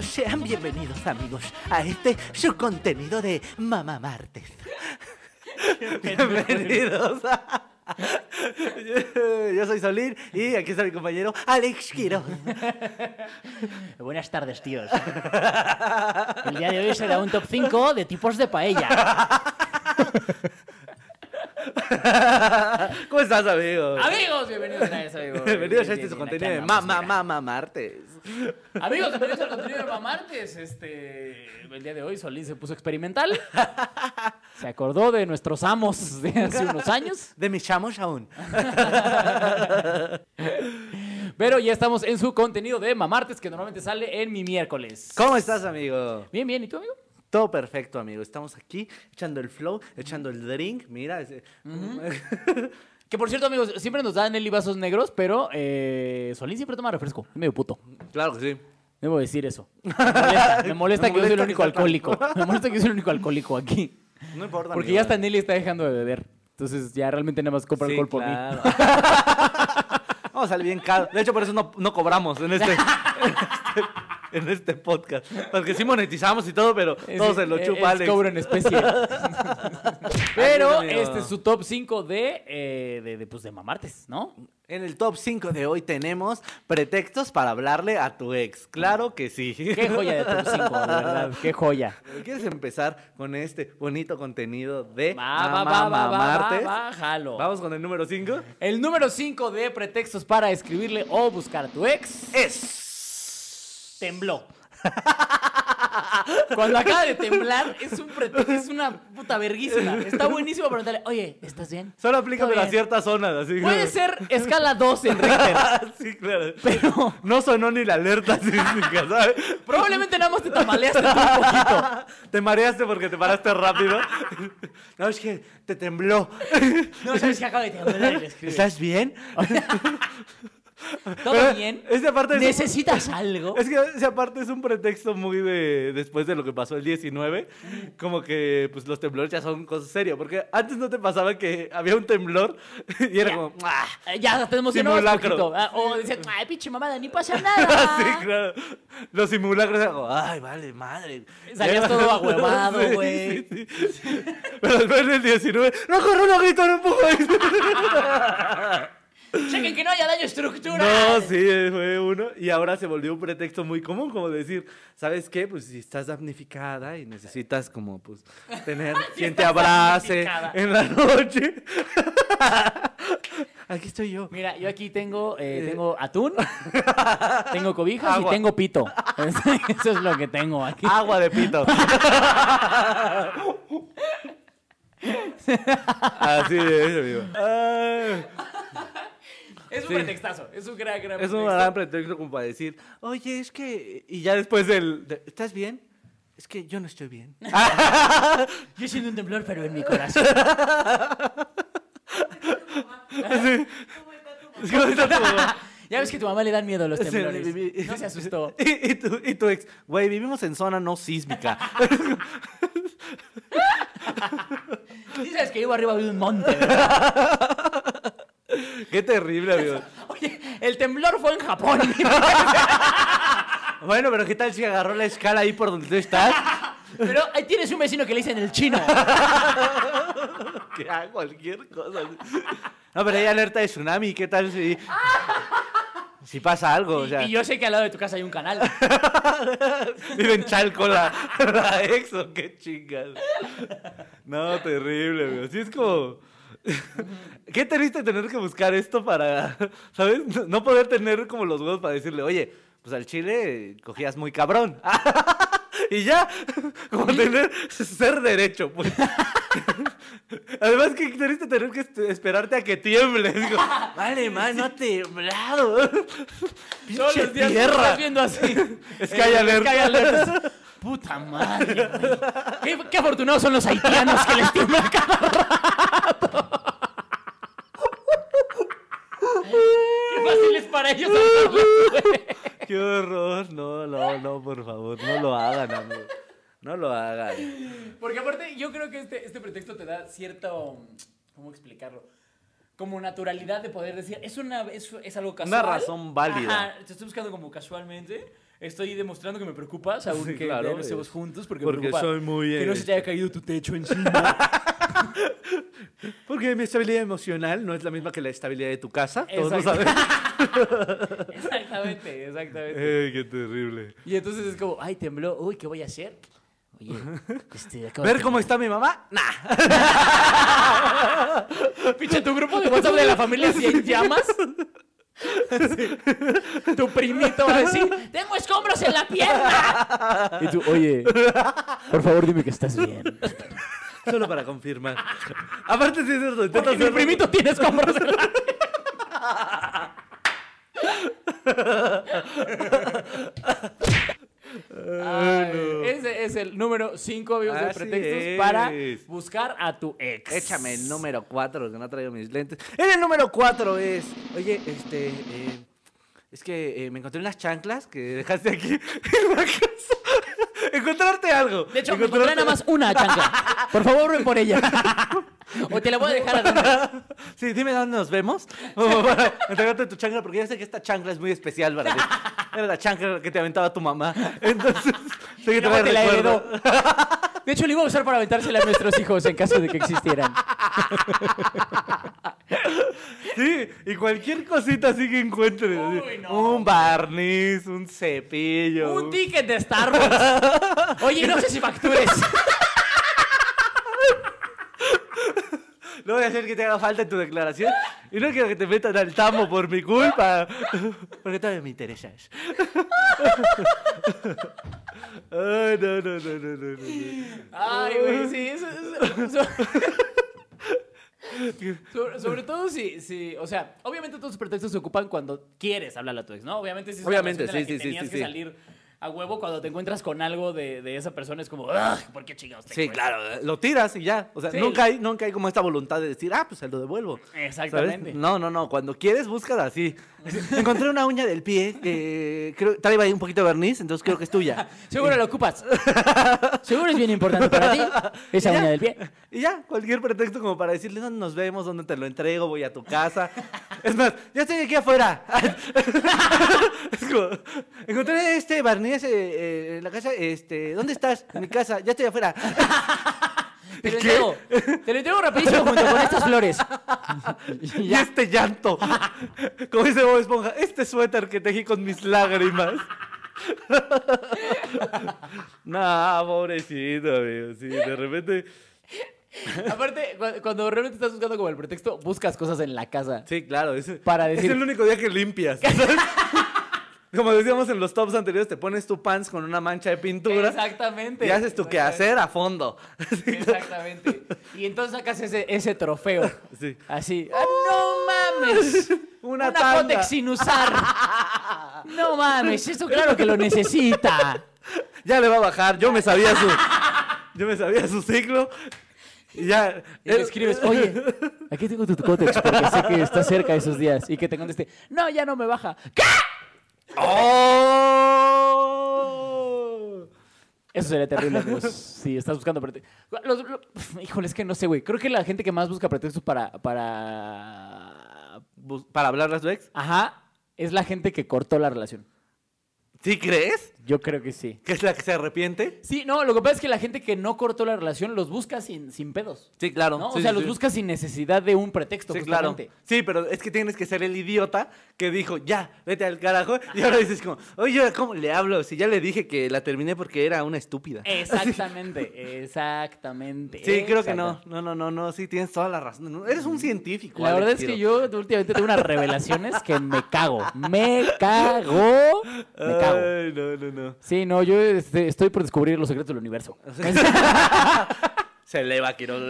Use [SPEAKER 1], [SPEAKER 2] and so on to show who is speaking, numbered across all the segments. [SPEAKER 1] Sean bienvenidos amigos a este su contenido de Mamá Martes. Bienvenidos. a- Yo- Yo soy Solín y aquí está mi compañero Alex Quiroz.
[SPEAKER 2] Buenas tardes, tíos. El día de hoy será un top 5 de tipos de paella.
[SPEAKER 1] ¿Cómo estás, amigos?
[SPEAKER 2] Amigos, bienvenidos otra vez, amigos.
[SPEAKER 1] Bienvenidos a
[SPEAKER 2] Bien,
[SPEAKER 1] este su
[SPEAKER 2] bien,
[SPEAKER 1] contenido de
[SPEAKER 2] bien, acá
[SPEAKER 1] Mamá
[SPEAKER 2] andamos,
[SPEAKER 1] Mamá Martes.
[SPEAKER 2] mira. Amigos, bienvenidos al contenido de Mamá Martes. Este, el día de hoy Solís se puso experimental. Se acordó de nuestros amos de hace unos años.
[SPEAKER 1] De mis chamos aún.
[SPEAKER 2] Pero ya estamos en su contenido de Mamá Martes, que normalmente sale en mi miércoles.
[SPEAKER 1] ¿Cómo estás, amigo?
[SPEAKER 2] Bien, bien. ¿Y tú, amigo?
[SPEAKER 1] Todo perfecto, amigo. Estamos aquí echando el flow, echando el drink. Mira, ese-
[SPEAKER 2] Que por cierto, amigos, siempre nos dan el vasos negros, pero eh, Solís siempre toma refresco. Es medio puto.
[SPEAKER 1] claro que sí.
[SPEAKER 2] Debo decir eso. Me molesta, me molesta
[SPEAKER 1] Me
[SPEAKER 2] que yo soy
[SPEAKER 1] molesta
[SPEAKER 2] el único
[SPEAKER 1] que sea
[SPEAKER 2] alcohólico. Me molesta que yo soy el único alcohólico aquí.
[SPEAKER 1] No importa.
[SPEAKER 2] Porque
[SPEAKER 1] amigo.
[SPEAKER 2] ya hasta Nelly está dejando de beber. Entonces ya realmente nada más compra
[SPEAKER 1] Sí,
[SPEAKER 2] alcohol por mí.
[SPEAKER 1] claro. Vamos a salir bien caro. De hecho, por eso no, no cobramos en este, en este- en este podcast. Porque sí monetizamos y todo, pero
[SPEAKER 2] Es-
[SPEAKER 1] todo se lo
[SPEAKER 2] es-
[SPEAKER 1] chupa
[SPEAKER 2] es
[SPEAKER 1] Alex.
[SPEAKER 2] cobro en especie. Pero
[SPEAKER 1] Así es, amigo.
[SPEAKER 2] este es su top 5 de, eh, de, de, pues, de mamartes, ¿no?
[SPEAKER 1] En el top 5 de hoy tenemos pretextos para hablarle a tu ex. Claro que sí.
[SPEAKER 2] Qué joya de top 5, de verdad. Qué joya.
[SPEAKER 1] ¿Quieres empezar con este bonito contenido de
[SPEAKER 2] Va, va, va,
[SPEAKER 1] Mamá
[SPEAKER 2] va, va, va,
[SPEAKER 1] Martes?
[SPEAKER 2] va, jalo.
[SPEAKER 1] Vamos con el número 5.
[SPEAKER 2] El número 5 de pretextos para escribirle o buscar a tu ex
[SPEAKER 1] Es.
[SPEAKER 2] tembló. Cuando acaba de temblar, es un pretexto, es una puta verguísima. Está buenísimo preguntarle, oye, ¿estás bien?
[SPEAKER 1] Solo aplícamelo a
[SPEAKER 2] Está bien.
[SPEAKER 1] ciertas zonas. Así
[SPEAKER 2] Puede ser escala 2 en Richter.
[SPEAKER 1] sí, claro.
[SPEAKER 2] Pero-
[SPEAKER 1] No sonó ni la alerta sísmica, ¿sabes?
[SPEAKER 2] Probablemente nada más te tamaleaste tú un poquito.
[SPEAKER 1] Te mareaste porque te paraste rápido. No, es que te tembló.
[SPEAKER 2] No sabes que acaba de temblar y le escribes.
[SPEAKER 1] ¿Estás bien?
[SPEAKER 2] Ah, ¿Todo
[SPEAKER 1] Pero
[SPEAKER 2] bien?
[SPEAKER 1] Esta parte es, un-
[SPEAKER 2] ¿Necesitas algo?
[SPEAKER 1] es que esa parte es un pretexto muy de después de lo que pasó el 19, como que pues los temblores ya son cosas serias, porque antes no te pasaba que había un temblor y era
[SPEAKER 2] Ya.
[SPEAKER 1] como ¡ah!
[SPEAKER 2] Eh, Ya, te emocionabas un
[SPEAKER 1] Simulacro.
[SPEAKER 2] poquito. Ah, O dices, ay, pinche mamada, ni pasa
[SPEAKER 1] Así,
[SPEAKER 2] nada.
[SPEAKER 1] claro. Los simulacros eran como, ay, vale, madre.
[SPEAKER 2] Salías todo ahuevado,
[SPEAKER 1] Sí,
[SPEAKER 2] güey.
[SPEAKER 1] sí, sí. Pero después del 19, no corro, no grito, no empujo.
[SPEAKER 2] Chequen que no haya daño estructural.
[SPEAKER 1] No, sí, fue uno. Y ahora se volvió un pretexto muy común, como decir, ¿sabes qué? Pues si estás damnificada y necesitas como, pues, tener quien te
[SPEAKER 2] estás
[SPEAKER 1] abrace
[SPEAKER 2] damnificada.
[SPEAKER 1] en la noche. Aquí estoy yo.
[SPEAKER 2] Mira, yo aquí tengo, eh, tengo atún, tengo cobijas
[SPEAKER 1] Agua.
[SPEAKER 2] y tengo pito. Eso es lo que tengo aquí.
[SPEAKER 1] Agua de pito. Así es, amigo. Ay,
[SPEAKER 2] Es un
[SPEAKER 1] Ah. Sí.
[SPEAKER 2] pretextazo, es un gran, gran
[SPEAKER 1] es un
[SPEAKER 2] pretexto.
[SPEAKER 1] gran pretexto como para decir, oye, es que... Y ya después del... de- ¿Estás bien? Es que yo no estoy bien.
[SPEAKER 2] Yo siento un temblor, pero en mi corazón.
[SPEAKER 1] Es como está tu mamá.
[SPEAKER 2] ya ves que a tu mamá le dan miedo los
[SPEAKER 1] Sí, vi- vi-
[SPEAKER 2] temblores. No se asustó.
[SPEAKER 1] Y, y tu, y tu ex, güey, vivimos en zona no sísmica.
[SPEAKER 2] Sí sabes que iba arriba de un monte, ¿verdad?
[SPEAKER 1] Qué terrible, amigo.
[SPEAKER 2] Oye, el temblor fue en Japón.
[SPEAKER 1] Bueno, pero ¿qué tal si agarró la escala ahí por donde tú estás?
[SPEAKER 2] pero ahí tienes un vecino que le dicen el chino.
[SPEAKER 1] que haga cualquier cosa. No, pero hay alerta de tsunami, ¿qué tal si, si pasa algo? O sea,
[SPEAKER 2] Y yo sé que al lado de tu casa hay un canal.
[SPEAKER 1] vive en Chalco la, la ex, ¿o qué chingas. No, terrible, güey. Sí, es como... Qué triste tener que buscar esto para, ¿sabes? No- No poder tener como los huevos para decirle, oye, pues al chile cogías muy cabrón. Y ya, como tener, ser derecho, pues. Además, qué triste tener que est- esperarte a que tiembles. Digo, vale, man, no ha temblado.
[SPEAKER 2] Todos
[SPEAKER 1] Pinche
[SPEAKER 2] los días
[SPEAKER 1] tierra.
[SPEAKER 2] estás viendo así.
[SPEAKER 1] Es que hay alerta.
[SPEAKER 2] Sky Alert. Puta madre, güey. Qué, qué afortunados son los haitianos que les tiembla cada rato. Qué fácil es para ellos. hablarles, güey.
[SPEAKER 1] Qué horror. No, no, no, por favor, no lo hagan, amigo. No lo hagan.
[SPEAKER 2] Porque aparte, yo creo que este, este pretexto te da cierto. ¿Cómo explicarlo? como naturalidad de poder decir, es, una, es, es algo
[SPEAKER 1] Una
[SPEAKER 2] casual.
[SPEAKER 1] razón válida.
[SPEAKER 2] Ajá, te estoy buscando como casualmente. Estoy demostrando que me preocupas, aún
[SPEAKER 1] Sí,
[SPEAKER 2] que
[SPEAKER 1] claro,
[SPEAKER 2] no estemos
[SPEAKER 1] es-
[SPEAKER 2] juntos, porque, me
[SPEAKER 1] porque
[SPEAKER 2] preocupa
[SPEAKER 1] soy muy...
[SPEAKER 2] que no se
[SPEAKER 1] eh,
[SPEAKER 2] te haya caído tu techo encima.
[SPEAKER 1] Porque mi estabilidad emocional no es la misma que la estabilidad de tu casa. Todos lo
[SPEAKER 2] Exacto.
[SPEAKER 1] saben.
[SPEAKER 2] exactamente, exactamente.
[SPEAKER 1] Ey, qué terrible.
[SPEAKER 2] Y entonces es como, ay, tembló, uy, ¿qué voy a hacer? Oye, este, acabo de
[SPEAKER 1] ¿Ver cómo está mi mamá? Nah.
[SPEAKER 2] Pinche tu grupo de WhatsApp de la familia si hay llamas. Tu primito va a decir, tengo escombros en la pierna.
[SPEAKER 3] Y tú, oye, por favor dime que estás bien.
[SPEAKER 1] Solo para confirmar. Aparte, sí es cierto.
[SPEAKER 2] Porque
[SPEAKER 1] intentas
[SPEAKER 2] mi
[SPEAKER 1] ser-
[SPEAKER 2] primito tiene escombros en la
[SPEAKER 1] Ay, no.
[SPEAKER 3] Ese es el número 5, amigos, de
[SPEAKER 1] Así
[SPEAKER 3] pretextos
[SPEAKER 1] es.
[SPEAKER 3] para buscar a tu ex.
[SPEAKER 1] Échame el número 4, que no traigo mis lentes. En el número 4 es. Oye, este. eh, es que eh, me encontré unas chanclas que dejaste aquí en la casa. Encontrarte algo.
[SPEAKER 2] De hecho, me encontré nada más una chancla. Por favor, ven por ella. O te la voy a dejar a donde.
[SPEAKER 1] Sí, dime dónde nos vemos. Como para entregarte tu chancla, porque ya sé que esta chancla es muy especial para ti. Era la chancla que te aventaba tu mamá. Entonces, sé que
[SPEAKER 2] Mi mamá te la
[SPEAKER 1] recuerdo.
[SPEAKER 2] De hecho, la iba a usar para aventársela a nuestros hijos en caso de que existieran.
[SPEAKER 1] Sí, y cualquier cosita así que encuentres. así,
[SPEAKER 2] Uy, no.
[SPEAKER 1] Un barniz, un cepillo.
[SPEAKER 2] Un ticket de Starbucks. Oye, no sé si factures.
[SPEAKER 1] No voy a hacer que te haga falta en tu declaración. Y no quiero que te metan al tamo por mi culpa. Porque todavía me interesas. Ay, no, no, no, no, no, no.
[SPEAKER 2] Ay, güey, sí, eso, eso- so- sobre, sobre todo si, si, o sea, obviamente todos los pretextos se ocupan cuando quieres hablar a tu ex, ¿no? Obviamente si es una
[SPEAKER 1] Obviamente,
[SPEAKER 2] relación de
[SPEAKER 1] sí,
[SPEAKER 2] la que
[SPEAKER 1] sí, sí,
[SPEAKER 2] tenías
[SPEAKER 1] sí,
[SPEAKER 2] que
[SPEAKER 1] sí.
[SPEAKER 2] salir a huevo cuando te encuentras con algo de, de esa persona es como, "Ugh, ¿por qué chingados te
[SPEAKER 1] Sí,
[SPEAKER 2] encuentras?"
[SPEAKER 1] claro, lo tiras y ya. O sea,
[SPEAKER 2] Sí.
[SPEAKER 1] nunca, hay, nunca hay como esta voluntad de decir, ah, pues se lo devuelvo. ¿Sabes?
[SPEAKER 2] Exactamente.
[SPEAKER 1] No, no, no. Cuando quieres, búscala así. Encontré una uña del pie que creo, trae ahí un poquito de barniz, entonces creo que es tuya.
[SPEAKER 2] Seguro lo ocupas. Seguro es bien importante para ti esa uña del pie.
[SPEAKER 1] Y ya, cualquier pretexto como para decirle dónde nos vemos, dónde te lo entrego, voy a tu casa. Es más, ya estoy aquí afuera. Es como, encontré este barniz eh, eh, en la casa. Este, ¿Dónde estás? En mi casa, ya estoy afuera.
[SPEAKER 2] Te lo
[SPEAKER 1] ¿Qué?
[SPEAKER 2] entrego. Te lo entrego rapidísimo junto con estas flores.
[SPEAKER 1] Y este llanto. Como dice Bob Esponja, este suéter que tejí con mis lágrimas. nah, pobrecito, amigo. Sí, de repente.
[SPEAKER 2] Aparte, cu- cuando realmente estás buscando como el pretexto, buscas cosas en la casa.
[SPEAKER 1] Sí, claro. Es,
[SPEAKER 2] Para
[SPEAKER 1] es
[SPEAKER 2] decir-
[SPEAKER 1] el único día que limpias. ¿sabes? Como decíamos en los tops anteriores, te pones tu pants con una mancha de pintura
[SPEAKER 2] Exactamente.
[SPEAKER 1] y haces tu quehacer a fondo.
[SPEAKER 2] Exactamente. Y entonces sacas ese, ese trofeo.
[SPEAKER 1] Sí.
[SPEAKER 2] Así. ¡Ah, ¡No mames!
[SPEAKER 1] Oh, Una
[SPEAKER 2] Una
[SPEAKER 1] tanda.
[SPEAKER 2] Potex sin usar. ¡No mames! Esto claro que lo necesita.
[SPEAKER 1] Ya le va a bajar. Yo me sabía su. Yo me sabía su ciclo. Y ya. eh,
[SPEAKER 3] Y le escribes, oye, aquí tengo tu cótex porque sé que está cerca esos días. Y que te conteste,
[SPEAKER 2] No, ya no me baja. ¿Qué?
[SPEAKER 1] ¡Oh!
[SPEAKER 3] Eso sería terrible, amigos. Si estás buscando pretextos.
[SPEAKER 2] híjole, es que no sé, güey. Creo que la gente que más busca pretextos para. para.
[SPEAKER 1] Bus- ¿Para hablar las ex?
[SPEAKER 2] Ajá. Es la gente que cortó la relación.
[SPEAKER 1] ¿Sí crees?
[SPEAKER 2] Yo creo que sí.
[SPEAKER 1] ¿Que es la que se arrepiente?
[SPEAKER 2] Sí, no, lo que pasa es que la gente que no cortó la relación los busca sin, sin pedos.
[SPEAKER 1] Sí, claro.
[SPEAKER 2] ¿no?
[SPEAKER 1] Sí,
[SPEAKER 2] o sea,
[SPEAKER 1] sí,
[SPEAKER 2] los
[SPEAKER 1] sí.
[SPEAKER 2] busca sin necesidad de un pretexto,
[SPEAKER 1] Sí, claro.
[SPEAKER 2] justamente.
[SPEAKER 1] Sí, pero es que tienes que ser el idiota que dijo, ya, vete al carajo. Y ahora dices como, oye, ¿ahora ¿cómo le hablo? Si ya le dije que la terminé porque era una estúpida.
[SPEAKER 2] Eh, Exactamente, exactamente.
[SPEAKER 1] Sí, creo que no.
[SPEAKER 2] exactamente.
[SPEAKER 1] No, no, no, no. Sí, tienes toda la razón. No, Eres
[SPEAKER 2] Mm.
[SPEAKER 1] un científico.
[SPEAKER 2] La
[SPEAKER 1] Alex
[SPEAKER 2] verdad es que
[SPEAKER 1] Quiroz.
[SPEAKER 2] yo últimamente tengo unas revelaciones que me cago. Me cago. Me cago.
[SPEAKER 1] Ay, no, no, no.
[SPEAKER 3] Sí, no, yo este, estoy por descubrir los secretos del universo.
[SPEAKER 1] Se eleva, Quiroz.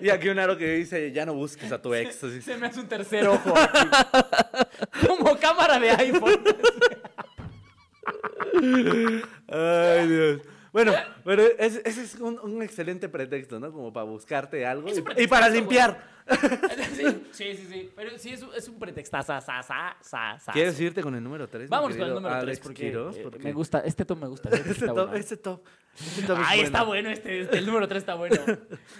[SPEAKER 1] y aquí un aro que dice, ya no busques a tu ex. Así.
[SPEAKER 2] Se me hace un tercer ojo. aquí. Como cámara de iPhone.
[SPEAKER 1] Ay, Dios. Bueno, Pero es- ese es un, un excelente pretexto, ¿no? Como para buscarte algo
[SPEAKER 2] Es
[SPEAKER 1] y,
[SPEAKER 2] un
[SPEAKER 1] y
[SPEAKER 2] pretextazo,
[SPEAKER 1] para
[SPEAKER 2] güey.
[SPEAKER 1] limpiar.
[SPEAKER 2] Sí, sí, sí, sí. Pero sí, es, un- es un pretextazo.
[SPEAKER 1] ¿Quieres irte con el número 3?
[SPEAKER 2] Vámonos con el número tres, porque, eh,
[SPEAKER 3] Me gusta, este top me gusta. este
[SPEAKER 1] Este
[SPEAKER 3] está
[SPEAKER 1] top,
[SPEAKER 3] bueno.
[SPEAKER 1] este top. Este top es
[SPEAKER 2] Ay, está
[SPEAKER 1] bueno.
[SPEAKER 2] bueno este, este, El número 3 está bueno.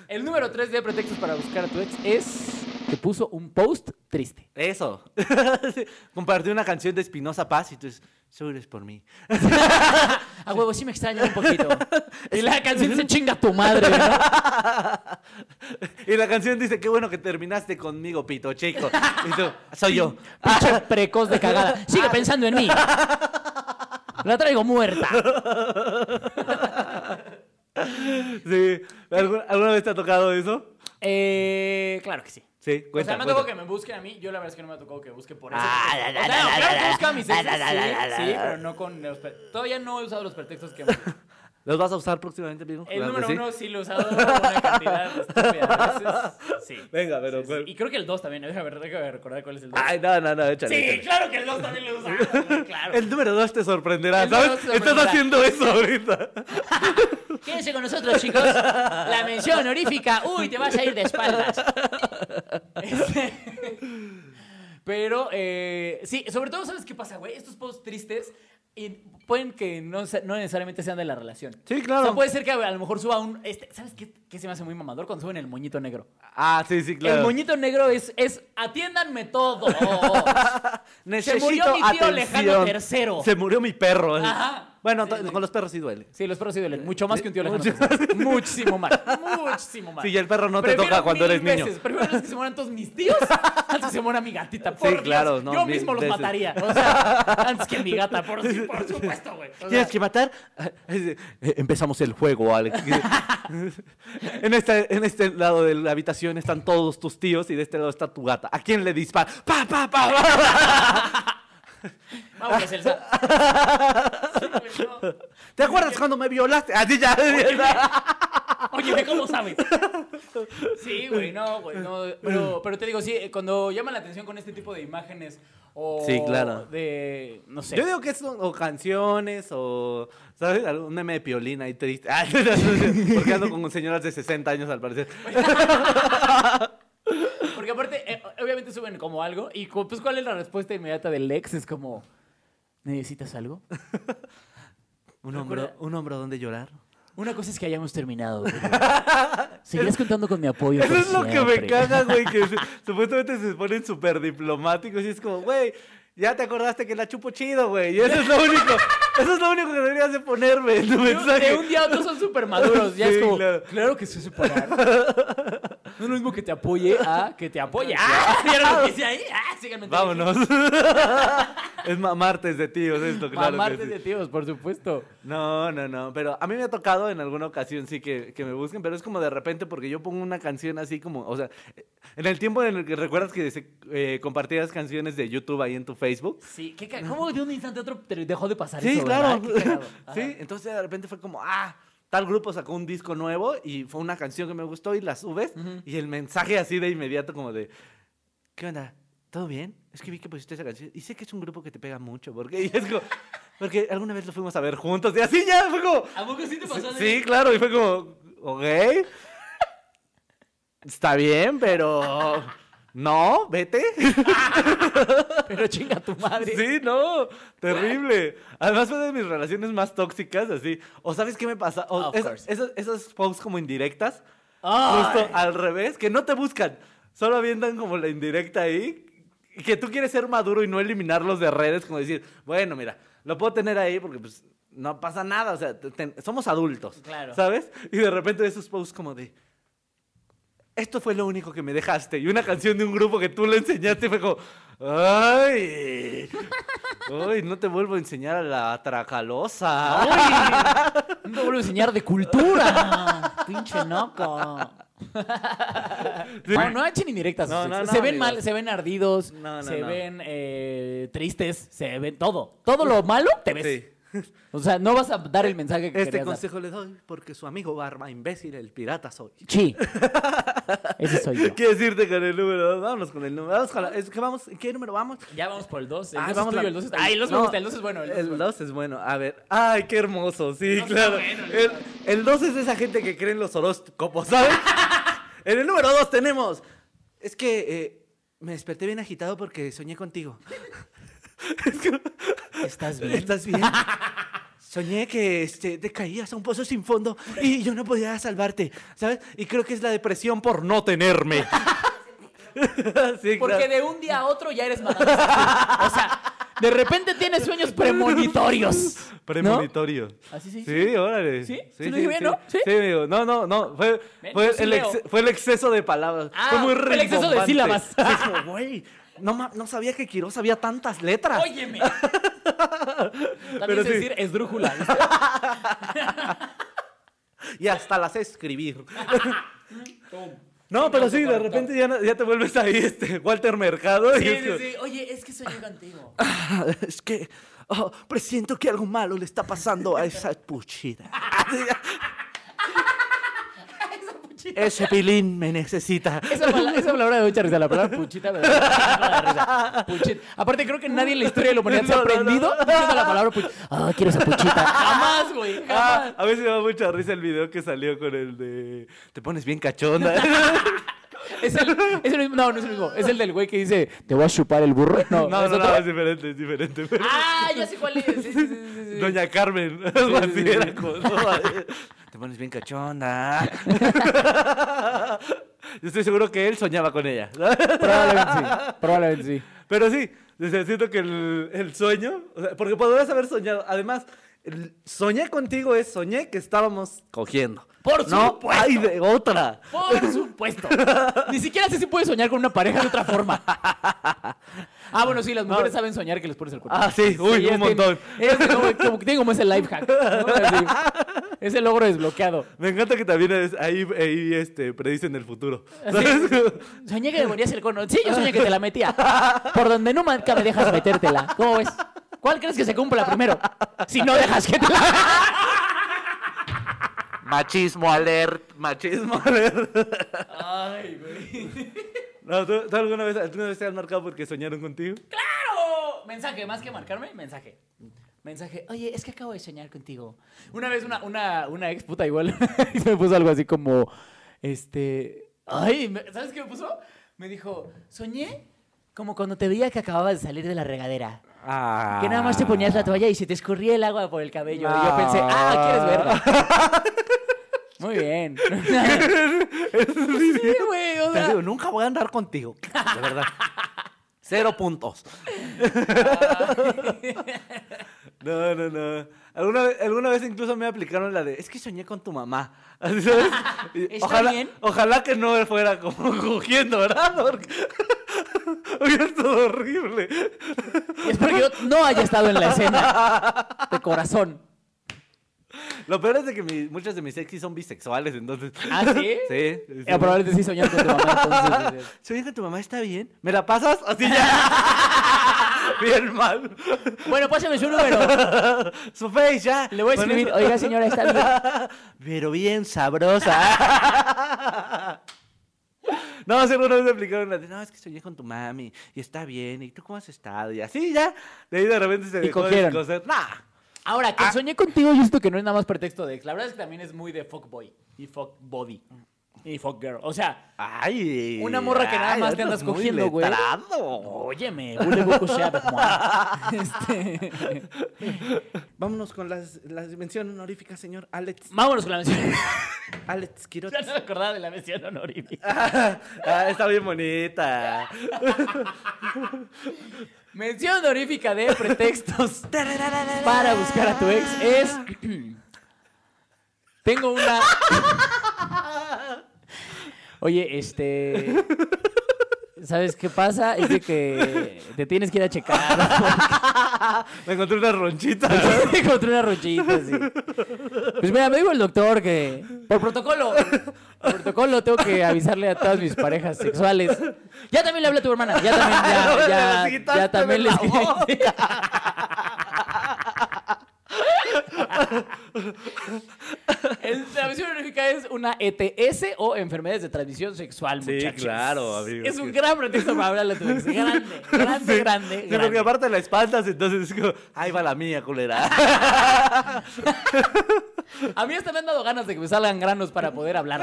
[SPEAKER 3] El número 3 de pretextos para buscar a tu ex es que puso un post triste.
[SPEAKER 1] Eso. Compartí una canción de Espinosa Paz y tú dices, seguro es por mí.
[SPEAKER 3] A huevo, sí me extraña un poquito. Y la canción dice chinga tu madre, ¿no?
[SPEAKER 1] Y la canción dice, qué bueno que terminaste conmigo, pito chico. Y tú, soy yo.
[SPEAKER 3] Pinche precoz de cagada. Sigue
[SPEAKER 1] Ah.
[SPEAKER 3] pensando en mí. La traigo muerta.
[SPEAKER 1] Sí. ¿Alguna, alguna vez te ha tocado eso?
[SPEAKER 3] Eh, claro que sí.
[SPEAKER 1] Sí,
[SPEAKER 2] o
[SPEAKER 1] cuenta,
[SPEAKER 2] sea, me
[SPEAKER 1] cuenta.
[SPEAKER 2] tocó que me busquen a mí. Yo la verdad es que no me tocó que busque por eso.
[SPEAKER 3] Ah,
[SPEAKER 2] O sea,
[SPEAKER 3] la, la,
[SPEAKER 2] no,
[SPEAKER 3] la,
[SPEAKER 2] claro
[SPEAKER 3] la,
[SPEAKER 2] que busco a mis
[SPEAKER 3] la,
[SPEAKER 2] exes,
[SPEAKER 3] la, la, la,
[SPEAKER 2] sí,
[SPEAKER 3] la,
[SPEAKER 2] sí,
[SPEAKER 3] la.
[SPEAKER 2] pero no con los pre- Todavía no he usado los pretextos que...
[SPEAKER 1] ¿Los vas a usar próximamente, amigo?
[SPEAKER 2] El
[SPEAKER 1] Claro que
[SPEAKER 2] número
[SPEAKER 1] sí.
[SPEAKER 2] uno sí lo he usado una cantidad estúpida de veces. Sí.
[SPEAKER 1] Venga, pero
[SPEAKER 2] Sí, sí.
[SPEAKER 1] ¿cuál?
[SPEAKER 2] Y creo que el 2 también. Déjame, ver- déjame recordar cuál es el 2.
[SPEAKER 3] Ah,
[SPEAKER 1] Ay, no, no, no, échale.
[SPEAKER 2] sí,
[SPEAKER 1] échale.
[SPEAKER 2] claro que el 2 también lo he usado. güey, Claro.
[SPEAKER 1] El número dos te sorprenderá,
[SPEAKER 2] El número
[SPEAKER 1] ¿sabes?
[SPEAKER 2] dos te
[SPEAKER 1] Estás haciendo eso
[SPEAKER 2] sorprenderá.
[SPEAKER 1] ahorita.
[SPEAKER 3] Quédense con nosotros, chicos. La mención honorífica. Uy, te vas a ir de espaldas.
[SPEAKER 2] Este, Pero, eh, sí, sobre todo, ¿sabes qué pasa, güey? Estos posts tristes y pueden que no, se- no necesariamente sean de la relación.
[SPEAKER 1] Sí,
[SPEAKER 2] O
[SPEAKER 1] claro.
[SPEAKER 2] sea, puede ser que a lo mejor suba un... este, ¿Sabes qué, qué se me hace muy mamador? Cuando suben el moñito negro.
[SPEAKER 1] Ah, sí, sí, claro.
[SPEAKER 2] El moñito negro es, es atiéndanme todo.
[SPEAKER 1] Necesito
[SPEAKER 2] murió mi tío
[SPEAKER 1] atención.
[SPEAKER 2] Alejandro tercero.
[SPEAKER 1] Se murió mi perro.
[SPEAKER 2] Ajá.
[SPEAKER 1] Bueno,
[SPEAKER 2] Sí,
[SPEAKER 1] to-
[SPEAKER 2] sí.
[SPEAKER 1] con los perros sí duele.
[SPEAKER 2] Sí, los perros sí duelen. Mucho más que un tío
[SPEAKER 1] Mucho
[SPEAKER 2] lejano. Muchísimo más. Muchísimo más.
[SPEAKER 1] Sí, y el perro no te
[SPEAKER 2] Prefiero
[SPEAKER 1] toca cuando
[SPEAKER 2] mil
[SPEAKER 1] eres niño.
[SPEAKER 2] veces, Prefiero es que se mueran todos mis tíos antes que se muera mi gatita. Por Dios.
[SPEAKER 1] claro, no,
[SPEAKER 2] Yo
[SPEAKER 1] mil
[SPEAKER 2] mismo los
[SPEAKER 1] veces.
[SPEAKER 2] mataría. O sea, antes que mi gata, por, sí, por supuesto, güey. O sea,
[SPEAKER 1] ¿Tienes que matar? Eh, Empezamos el juego, Alex. en, este, en este lado de la habitación están todos tus tíos y de este lado está tu gata. ¿A quién le dispara? ¡Pa, pa, pa! pa!
[SPEAKER 2] vámonos, Elsa. Sí, güey, no.
[SPEAKER 1] ¿Te acuerdas cuando me violaste? Así ya.
[SPEAKER 2] Oye, ¿de ¿cómo sabes? Sí, güey, no, güey, no. Pero, pero te digo, sí, eh, cuando llama la atención con este tipo de imágenes o
[SPEAKER 1] Sí, claro.
[SPEAKER 2] de, no sé.
[SPEAKER 1] Yo digo que son o canciones o, ¿sabes? Algún meme de piolina ahí triste. Ah, Porque ando con señoras de 60 años al parecer.
[SPEAKER 2] Porque aparte, eh, obviamente suben como algo y cu- pues ¿cuál es la respuesta inmediata del ex? Es como, ¿necesitas algo?
[SPEAKER 1] Un hombro, un hombro donde llorar.
[SPEAKER 3] Una cosa es que hayamos terminado. pero Seguirás contando con mi apoyo.
[SPEAKER 1] Eso
[SPEAKER 3] por
[SPEAKER 1] es lo que me
[SPEAKER 3] siempre.
[SPEAKER 1] caga, güey, que se- supuestamente se ponen súper diplomáticos y es como, güey, ya te acordaste que la chupo chido, güey. Y eso es lo único, eso es lo único que deberías de ponerme en tu
[SPEAKER 2] De un, de
[SPEAKER 1] mensaje.
[SPEAKER 2] un día a otro son súper maduros. Ya
[SPEAKER 1] Sí,
[SPEAKER 2] es como,
[SPEAKER 1] claro.
[SPEAKER 2] claro. que sé separar. No es lo mismo que te apoye a que te apoye. ¡Ah! ¿Vieron lo que hice ahí? ¡Ah! Síganme. en
[SPEAKER 1] Vámonos. es mamartes de tíos esto,
[SPEAKER 2] Twitter.
[SPEAKER 1] claro. que
[SPEAKER 2] Mamartes
[SPEAKER 1] sí.
[SPEAKER 2] de tíos, por supuesto.
[SPEAKER 1] No, no, no. Pero a mí me ha tocado en alguna ocasión sí que, que me busquen, pero es como de repente porque yo pongo una canción así como, o sea, en el tiempo en el que recuerdas que se- eh, compartías canciones de YouTube ahí en tu Facebook.
[SPEAKER 2] Sí, ¿qué ca- ¿cómo de un instante a otro te dejó de pasar
[SPEAKER 1] Sí,
[SPEAKER 2] eso?
[SPEAKER 1] claro.
[SPEAKER 2] ¿verdad? Qué cagado. Ajá.
[SPEAKER 1] sí, entonces de repente fue como, ah, tal grupo sacó un disco nuevo y fue una canción que me gustó y la subes y el mensaje así de inmediato como de, ¿qué onda? ¿Todo bien? Es que vi que pusiste esa canción y sé que es un grupo que te pega mucho porque y es como, porque alguna vez lo fuimos a ver juntos y así ya fue como,
[SPEAKER 2] ¿A poco sí te pasó?
[SPEAKER 1] sí, claro, y fue como, ok, está bien, pero no, vete.
[SPEAKER 2] Pero chinga tu madre.
[SPEAKER 1] Sí, no, terrible. Además fue de mis relaciones más tóxicas, así. O sabes qué me pasa, O
[SPEAKER 2] Ah, Of
[SPEAKER 1] es-
[SPEAKER 2] course.
[SPEAKER 1] esos, esos posts como indirectas,
[SPEAKER 2] Ay.
[SPEAKER 1] justo al revés, que no te buscan, solo avientan como la indirecta ahí, y que tú quieres ser maduro y no eliminarlos de redes, como decir, bueno, mira, lo puedo tener ahí porque pues no pasa nada, o sea, te- te- somos adultos,
[SPEAKER 2] Claro.
[SPEAKER 1] ¿sabes? Y de repente esos posts como de... Esto fue lo único que me dejaste. Y una canción de un grupo que tú le enseñaste fue como, ¡ay! ¡Ay, no te vuelvo a enseñar a la tracalosa!
[SPEAKER 3] No te vuelvo a enseñar de cultura. Pinche noco. No, no echen indirectas. a sus
[SPEAKER 1] No, no,
[SPEAKER 3] exes.
[SPEAKER 1] no,
[SPEAKER 3] se ven
[SPEAKER 1] amigos.
[SPEAKER 3] mal, se ven ardidos,
[SPEAKER 1] No, no,
[SPEAKER 3] se
[SPEAKER 1] no.
[SPEAKER 3] ven eh, tristes, se ven todo. Todo lo malo te ves.
[SPEAKER 1] Sí.
[SPEAKER 3] O sea, no vas a dar el mensaje que
[SPEAKER 1] Este
[SPEAKER 3] querías dar.
[SPEAKER 1] consejo le doy porque su amigo Barba imbécil, el pirata soy.
[SPEAKER 3] Sí. Ese soy yo.
[SPEAKER 1] ¿Qué decirte con el número dos? Vámonos con el número. Vamos con la- es que vamos, ¿en ¿Qué número vamos?
[SPEAKER 2] Ya vamos por el 2. El
[SPEAKER 1] Ah,
[SPEAKER 2] 2 es
[SPEAKER 1] vamos
[SPEAKER 2] tuyo,
[SPEAKER 1] a-
[SPEAKER 2] el 2 es... Ay, el 2
[SPEAKER 1] no,
[SPEAKER 2] me gusta, el 2 es bueno. El 2 es
[SPEAKER 1] El
[SPEAKER 2] bueno.
[SPEAKER 1] 2 es bueno. A ver. Ay, qué hermoso. Sí,
[SPEAKER 2] dos
[SPEAKER 1] claro.
[SPEAKER 2] está bueno,
[SPEAKER 1] El- el 2 es esa gente que cree en los horóscopos, ¿sabes? en el número 2 tenemos. Es que eh, me desperté bien agitado porque soñé contigo. Es que-
[SPEAKER 3] ¿Estás bien?
[SPEAKER 1] ¿Estás bien? Soñé que este, te caías a un pozo sin fondo y yo no podía salvarte, ¿sabes? Y creo que es la depresión por no tenerme. sí,
[SPEAKER 2] Porque
[SPEAKER 1] claro.
[SPEAKER 2] de un día a otro ya eres Madame Satán. O sea,
[SPEAKER 3] De repente tienes sueños premonitorios.
[SPEAKER 1] Premonitorio.
[SPEAKER 3] Así sí.
[SPEAKER 1] Sí, órale.
[SPEAKER 3] ¿Sí? ¿Sí lo dije bien, no?
[SPEAKER 1] Sí,
[SPEAKER 3] ¿Sí?
[SPEAKER 1] Sí, amigo. No, no, no. Fue,
[SPEAKER 2] Ven,
[SPEAKER 1] fue
[SPEAKER 2] yo sí
[SPEAKER 1] el,
[SPEAKER 2] leo.
[SPEAKER 1] ex- fue el exceso de palabras.
[SPEAKER 2] Ah,
[SPEAKER 1] fue muy
[SPEAKER 2] fue el exceso de
[SPEAKER 1] rimbombante.
[SPEAKER 3] sílabas.
[SPEAKER 1] Sí, es como, güey. No, ma- no sabía que Quiroz había tantas letras.
[SPEAKER 2] óyeme. También
[SPEAKER 1] Pero
[SPEAKER 2] sé
[SPEAKER 1] sí.
[SPEAKER 2] decir esdrújula.
[SPEAKER 1] Y hasta las sé escribir. No, pero sí, de repente ya, no- ya te vuelves ahí, este, Walter Mercado. y
[SPEAKER 2] Sí,
[SPEAKER 1] es
[SPEAKER 2] sí,
[SPEAKER 1] como,
[SPEAKER 2] sí. Oye, es que soñé contigo.
[SPEAKER 1] "Ah, es que oh, presiento que algo malo le está pasando a esa puchida.
[SPEAKER 2] Esa puchita.
[SPEAKER 1] Ese pilín me necesita.
[SPEAKER 3] Esa, pala- esa palabra de mucha risa, la palabra puchita me da mucha risa. Puchita. Aparte, creo que nadie en la historia de la humanidad se ha
[SPEAKER 1] No, no, no.
[SPEAKER 3] aprendido diciendo la palabra puchita. Ah, quiero esa puchita.
[SPEAKER 2] Jamás, güey.
[SPEAKER 1] Ah,
[SPEAKER 2] Jamás.
[SPEAKER 1] a mí se me da mucha risa el video que salió con el de... Te pones bien cachonda.
[SPEAKER 3] Es el, es el mismo. No, no es el mismo. Es el del güey que dice, te voy a chupar el burro. No,
[SPEAKER 1] No,
[SPEAKER 3] ¿es
[SPEAKER 1] no,
[SPEAKER 3] otro?
[SPEAKER 1] no, es diferente, es diferente. pero-
[SPEAKER 2] Ah, ya sé cuál es. Sí, sí, sí, sí, sí.
[SPEAKER 1] Doña Carmen, algo así era como, "No, Te pones bien cachonda. Yo estoy seguro que él soñaba con ella.
[SPEAKER 3] Probablemente sí. Probablemente sí.
[SPEAKER 1] Pero sí, o sea, siento que el, el sueño, o sea, porque podrías haber soñado. Además, el soñé contigo es soñé que estábamos cogiendo.
[SPEAKER 3] Por
[SPEAKER 1] no
[SPEAKER 3] supuesto.
[SPEAKER 1] hay de otra.
[SPEAKER 3] Por supuesto. Ni siquiera sé si puedes soñar con una pareja de otra forma. Ah, bueno, sí, las mujeres saben soñar que les pones el cuerpo.
[SPEAKER 1] Ah, sí, uy, un
[SPEAKER 3] ellas
[SPEAKER 1] montón.
[SPEAKER 3] Tienen, ellas tienen como, como- tienen como ese life hack. ¿no? Así, ese logro desbloqueado.
[SPEAKER 1] Me encanta que también es- ahí, ahí este, predicen el futuro. ¿Sabes?
[SPEAKER 3] Soñé que deberías el cono. Sí, yo soñé que te la metía. Por donde no marca me dejas metértela. ¿Cómo ves? ¿Cuál crees que se cumpla primero? Si no dejas que te la...
[SPEAKER 1] Machismo alert, machismo alert.
[SPEAKER 2] Ay, güey.
[SPEAKER 1] No, ¿tú, tú alguna, vez, alguna vez te has marcado porque soñaron contigo?
[SPEAKER 2] ¡Claro! Mensaje, más que marcarme, mensaje. Mensaje. Oye, es que acabo de soñar contigo.
[SPEAKER 3] Una vez una, una, una ex puta igual me puso algo así como, este,
[SPEAKER 2] Ay, me- ¿sabes qué me puso? Me dijo, soñé como cuando te veía que acababas de salir de la regadera. Que nada más te ponías la toalla y se te escurría el agua por el cabello. Y yo pensé, ah, quieres verga. Muy bien. sí, güey,
[SPEAKER 1] Te
[SPEAKER 2] o sea,
[SPEAKER 1] digo, nunca voy a andar contigo. De verdad. Cero puntos. No, no, no. Alguna vez, alguna vez incluso me aplicaron la de, es que soñé con tu mamá. Así, ¿sabes? Y
[SPEAKER 2] ¿Está
[SPEAKER 1] ojalá,
[SPEAKER 2] bien?
[SPEAKER 1] ojalá que no fuera como cogiendo, ¿verdad? Porque hubiera estado horrible.
[SPEAKER 3] espero que yo no haya estado en la escena. De corazón.
[SPEAKER 1] Lo peor es de que mi- muchas de mis exis son bisexuales, entonces...
[SPEAKER 3] ¿Ah, sí?
[SPEAKER 1] Sí. sí.
[SPEAKER 3] Eh, probablemente sí soñar con tu mamá. entonces, sí, sí.
[SPEAKER 1] Soñé con tu mamá, ¿está bien? ¿Me la pasas? Así ya. bien mal.
[SPEAKER 3] Bueno, pásame su número.
[SPEAKER 1] Su face ya.
[SPEAKER 3] Le voy a
[SPEAKER 1] Con
[SPEAKER 3] escribir,
[SPEAKER 1] eso-
[SPEAKER 3] oiga señora, está bien.
[SPEAKER 1] Pero bien sabrosa. No, si alguna vez me aplicaron la de, no, es que soñé con tu mami, y está bien, y tú cómo has estado, y así ya. De ahí de repente se
[SPEAKER 3] Y
[SPEAKER 1] dejó de
[SPEAKER 3] cogieron.
[SPEAKER 1] coser. Nah.
[SPEAKER 3] Ahora, que soñé contigo, yo siento que no es nada más pretexto de...
[SPEAKER 2] la verdad es que también es muy de fuckboy y fuckbody y fuckgirl. O sea,
[SPEAKER 1] Ay.
[SPEAKER 2] Una morra que nada
[SPEAKER 1] ay,
[SPEAKER 2] más te
[SPEAKER 1] andas muy
[SPEAKER 2] andas cogiendo, güey.
[SPEAKER 1] letrado.
[SPEAKER 2] óyeme, voulez-vous coucher avec moi? Este,
[SPEAKER 1] Vámonos con las, las mención honorífica, señor Alex,
[SPEAKER 2] vámonos con la mención.
[SPEAKER 1] Alex Quiroz.
[SPEAKER 2] Ya no me acordaba de la mención honorífica.
[SPEAKER 1] Ah, está bien bonita.
[SPEAKER 2] Mención honorífica de pretextos
[SPEAKER 3] Para buscar a tu ex es...
[SPEAKER 2] Tengo una. Oye, este.
[SPEAKER 3] ¿Sabes qué pasa? Es de que te tienes que ir a checar.
[SPEAKER 1] Me encontré una ronchita.
[SPEAKER 3] Encontré una rochita, sí. Pues mira, me dijo el doctor que por protocolo, por protocolo tengo que avisarle a todas mis parejas sexuales. Ya también le hablé a tu hermana, ya también, ya,
[SPEAKER 1] Ahora
[SPEAKER 3] ya,
[SPEAKER 1] las
[SPEAKER 3] ya
[SPEAKER 1] quitaste de
[SPEAKER 3] también
[SPEAKER 1] la
[SPEAKER 3] les...
[SPEAKER 1] boca.
[SPEAKER 2] El- La transmisión honorífica es una
[SPEAKER 3] E
[SPEAKER 2] ETS o enfermedades de transmisión sexual,
[SPEAKER 1] Sí,
[SPEAKER 2] muchachos.
[SPEAKER 1] claro, amigos.
[SPEAKER 2] Es un gran pretexto para hablar de tu ex. Grande, grande,
[SPEAKER 1] Sí.
[SPEAKER 2] grande.
[SPEAKER 1] Sí, porque
[SPEAKER 2] grande.
[SPEAKER 1] aparte la espaldas, entonces es como, ahí va la mía, culera.
[SPEAKER 2] A mí hasta me han dado ganas de que me salgan granos para poder hablar.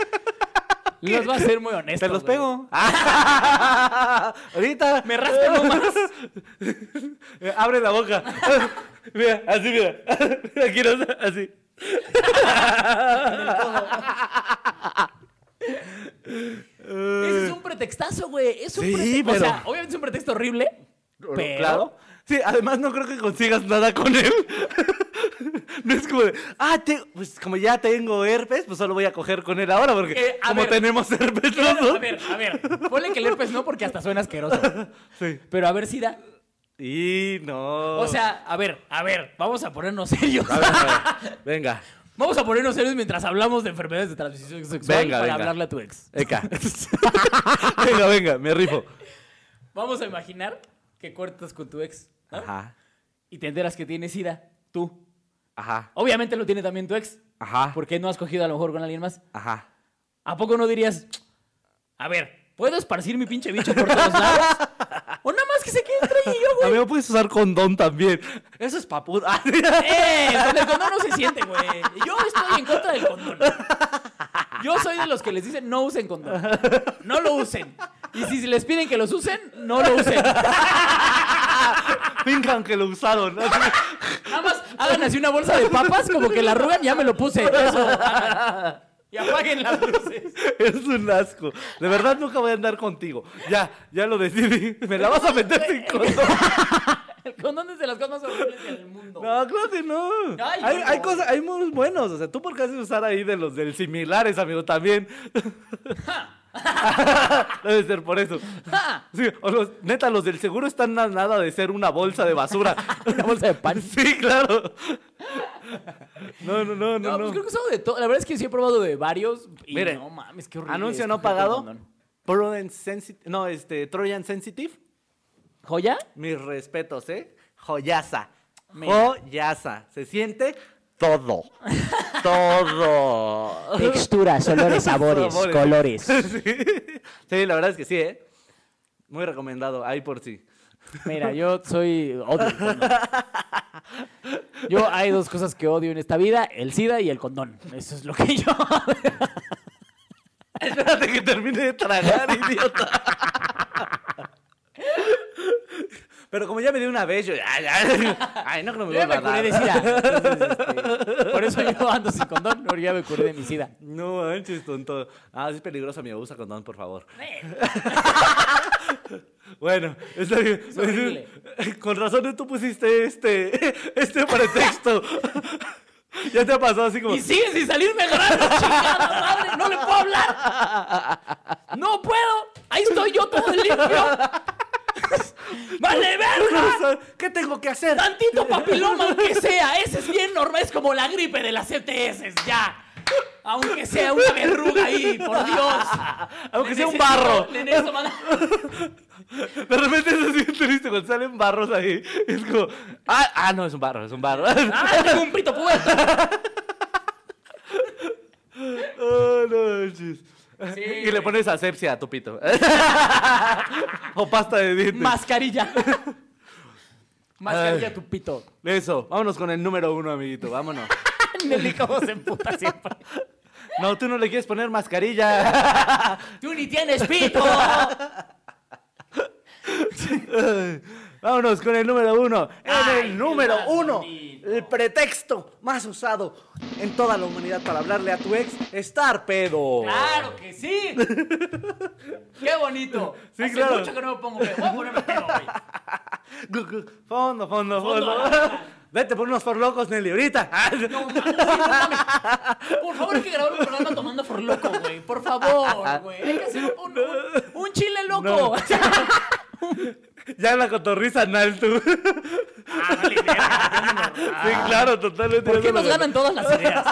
[SPEAKER 2] güey. Los voy a ser muy honesto.
[SPEAKER 1] Te los
[SPEAKER 2] güey.
[SPEAKER 1] pego. Ahorita.
[SPEAKER 2] Me raspo nomás.
[SPEAKER 1] Eh, Abre la boca. mira, así, mira. Aquí no, así.
[SPEAKER 2] Ese es un pretextazo, güey. Es un
[SPEAKER 1] Sí,
[SPEAKER 2] pretexto. O
[SPEAKER 1] pero-
[SPEAKER 2] sea, obviamente es un pretexto horrible. Pero...
[SPEAKER 1] Claro. Sí, además no creo que consigas nada con él. No es como de, ah, te- pues como ya tengo herpes, pues solo voy a coger con él ahora, porque
[SPEAKER 2] Eh, a
[SPEAKER 1] como
[SPEAKER 2] ver.
[SPEAKER 1] tenemos herpes los
[SPEAKER 2] Claro,
[SPEAKER 1] dos.
[SPEAKER 2] a ver, a ver. Ponle que el herpes no, porque hasta suena asqueroso.
[SPEAKER 1] Sí.
[SPEAKER 2] Pero a ver si da.
[SPEAKER 1] Y no.
[SPEAKER 2] O sea, a ver, a ver. Vamos a ponernos serios.
[SPEAKER 1] A ver, a ver. Venga.
[SPEAKER 2] Vamos a ponernos serios mientras hablamos de enfermedades de transmisión sexual
[SPEAKER 1] Venga,
[SPEAKER 2] para
[SPEAKER 1] venga.
[SPEAKER 2] hablarle a tu ex.
[SPEAKER 1] Venga. venga, venga, me rifo.
[SPEAKER 2] Vamos a imaginar que cortas con tu ex ¿no?
[SPEAKER 1] Ajá.
[SPEAKER 2] y te enteras que tienes sida, tú.
[SPEAKER 1] Ajá.
[SPEAKER 2] Obviamente lo tiene también tu ex.
[SPEAKER 1] Ajá.
[SPEAKER 2] ¿Por qué no has cogido a lo mejor con alguien más?
[SPEAKER 1] Ajá.
[SPEAKER 2] ¿A poco no dirías, a ver, ¿puedo esparcir mi pinche bicho por todos lados? o nada más que se quede entre ella y yo, güey.
[SPEAKER 1] Amigo, puedes usar condón también. Eso es papú.
[SPEAKER 2] ¡Eh! Con el condón no se siente, güey. Yo estoy en contra del condón. Yo soy de los que les dicen no usen condón. No lo usen. Y si les piden que los usen, no lo usen.
[SPEAKER 1] Fincan que lo usaron.
[SPEAKER 2] Nada más hagan así una bolsa de papas, como que la arrugan, ya me lo puse. Eso, hagan. Y apaguen las luces.
[SPEAKER 1] es un asco. De verdad nunca voy a andar contigo. Ya, ya lo decidí. Me la vas a meter sin condón.
[SPEAKER 2] El condón es de las cosas más horribles del mundo.
[SPEAKER 1] No, claro que no.
[SPEAKER 2] Ay,
[SPEAKER 1] hay,
[SPEAKER 2] no.
[SPEAKER 1] hay cosas, hay muy buenos. O sea, tú por qué haces usar ahí de los del similares, amigo, también. Debe ser por eso.
[SPEAKER 2] ¡Ja!
[SPEAKER 1] Sí, o los, neta, los del seguro están a nada de ser una bolsa de basura.
[SPEAKER 2] Una bolsa de pan.
[SPEAKER 1] Sí, claro. No, no, no,
[SPEAKER 2] No,
[SPEAKER 1] no.
[SPEAKER 2] pues
[SPEAKER 1] no.
[SPEAKER 2] creo que he usado de todo. La verdad es que sí he probado de varios. Y
[SPEAKER 1] Miren,
[SPEAKER 2] no mames, qué horrible.
[SPEAKER 1] Anuncio
[SPEAKER 2] es
[SPEAKER 1] no
[SPEAKER 2] coger con
[SPEAKER 1] pagado.
[SPEAKER 2] condón.
[SPEAKER 1] Prudence Sensitive. No, este, Trojan Sensitive.
[SPEAKER 2] ¿Joya?
[SPEAKER 1] Mis respetos, ¿eh? Joyaza.
[SPEAKER 2] Mira.
[SPEAKER 1] Joyaza. Se siente todo. todo.
[SPEAKER 4] Texturas, olores, sabores,
[SPEAKER 1] Sabores.
[SPEAKER 4] colores.
[SPEAKER 1] Sí. Sí, la verdad es que sí, ¿eh? Muy recomendado, ahí por sí.
[SPEAKER 2] Mira, yo soy. Odio el condón. Yo hay dos cosas que odio en esta vida: el SIDA y el condón. Eso es lo que yo.
[SPEAKER 1] Espérate que termine de tragar, idiota. Pero como ya me di una vez, yo. Ay, ay, ay, no creo que
[SPEAKER 2] Yo
[SPEAKER 1] me vuelva
[SPEAKER 2] ya me
[SPEAKER 1] a
[SPEAKER 2] curé de
[SPEAKER 1] dar.
[SPEAKER 2] SIDA. Entonces, este, por eso yo ando sin condón. Porque ya me curé de mi SIDA.
[SPEAKER 1] No manches, tonto. Ah, sí es peligroso, amigo. Usa condón, por favor. Bueno, está bien.
[SPEAKER 2] Es horrible.
[SPEAKER 1] Con razón tú pusiste este, este pretexto. ya te ha pasado así como.
[SPEAKER 2] Y siguen sin salirme granos, chingada madre. No le puedo hablar. No puedo. Ahí estoy yo todo limpio. Vale, verga.
[SPEAKER 1] ¿Qué tengo que hacer?
[SPEAKER 2] Tantito papiloma, aunque sea. Ese es bien normal. Es como la gripe de las CTS, ya. Aunque sea una verruga ahí, por Dios.
[SPEAKER 1] Aunque
[SPEAKER 2] Le
[SPEAKER 1] sea un
[SPEAKER 2] necesito-
[SPEAKER 1] barro.
[SPEAKER 2] le necesito mandar-
[SPEAKER 1] De repente es así triste cuando salen barros ahí. Es como. Ah, ah, no, es un barro, es un barro.
[SPEAKER 2] Ah, tengo un pito puerto.
[SPEAKER 1] Oh, no, chis.
[SPEAKER 2] Sí,
[SPEAKER 1] y le
[SPEAKER 2] güey.
[SPEAKER 1] pones asepsia a tu pito. o pasta de dientes.
[SPEAKER 2] Mascarilla. Mascarilla tu pito.
[SPEAKER 1] Eso, vámonos con el número uno, amiguito. Vámonos.
[SPEAKER 2] Nelly, cómo se emputa siempre.
[SPEAKER 1] No, tú no le quieres poner mascarilla.
[SPEAKER 2] ¡Tú ni tienes pito!
[SPEAKER 1] Vámonos con el número uno. En
[SPEAKER 2] Ay, qué
[SPEAKER 1] el número
[SPEAKER 2] más
[SPEAKER 1] uno,
[SPEAKER 2] bonito.
[SPEAKER 1] el pretexto más usado en toda la humanidad para hablarle a tu ex, estar pedo.
[SPEAKER 2] ¡Claro que sí! ¡Qué bonito!
[SPEAKER 1] Sí,
[SPEAKER 2] Hace
[SPEAKER 1] claro.
[SPEAKER 2] mucho que no me pongo pedo. Voy a ponerme pedo, güey.
[SPEAKER 1] Gu, gu, Fondo, fondo, fondo.
[SPEAKER 2] Fondo. Ah.
[SPEAKER 1] Vete por unos forlocos, Nelly, ahorita.
[SPEAKER 2] No, mames, sí, no mames. Por favor, hay que grabar un programa tomando por loco, güey. Por favor, güey. Hay que hacer un, un- un chile loco.
[SPEAKER 1] No. Ya la cotorriza anal tú.
[SPEAKER 2] Ah, vale, verga, yo no me-
[SPEAKER 1] Sí, claro, totalmente.
[SPEAKER 2] ¿Por qué
[SPEAKER 1] ya no
[SPEAKER 2] nos
[SPEAKER 1] lo-
[SPEAKER 2] ganan todas las ideas?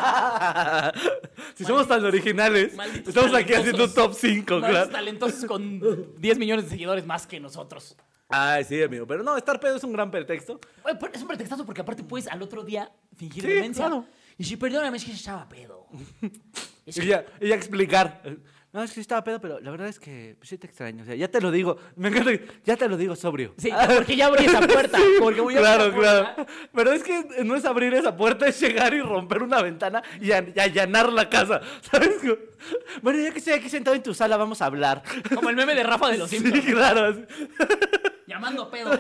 [SPEAKER 1] Si somos tan originales,
[SPEAKER 2] Malditos
[SPEAKER 1] estamos aquí
[SPEAKER 2] talentosos.
[SPEAKER 1] haciendo un top 5,
[SPEAKER 2] Más
[SPEAKER 1] claro.
[SPEAKER 2] talentosos con 10 millones de seguidores más que nosotros.
[SPEAKER 1] Ay, sí, amigo. Pero no, estar pedo es un gran pretexto.
[SPEAKER 2] Oye, pero es un pretextazo porque aparte puedes al otro día fingir
[SPEAKER 1] Sí,
[SPEAKER 2] demencia.
[SPEAKER 1] claro.
[SPEAKER 2] Y si perdóname, es que yo estaba pedo. Es
[SPEAKER 1] Y
[SPEAKER 2] que-
[SPEAKER 1] ya, y ya explicar. No, es que estaba pedo, pero la verdad es que pues, sí te extraño. O sea, ya te lo digo. Me encanta. que- Ya te lo digo sobrio.
[SPEAKER 2] Sí, porque ya abrí esa puerta.
[SPEAKER 1] Sí,
[SPEAKER 2] porque voy a
[SPEAKER 1] claro,
[SPEAKER 2] abrir la puerta.
[SPEAKER 1] claro. Pero es que no es abrir esa puerta, es llegar y romper una ventana y, a- y allanar la casa. ¿Sabes? Como, Bueno, ya que estoy aquí sentado en tu sala, vamos a hablar.
[SPEAKER 3] Como el meme de Rafa de los
[SPEAKER 1] Sí,
[SPEAKER 3] Simpsons.
[SPEAKER 1] claro. así.
[SPEAKER 2] Llamando pedo.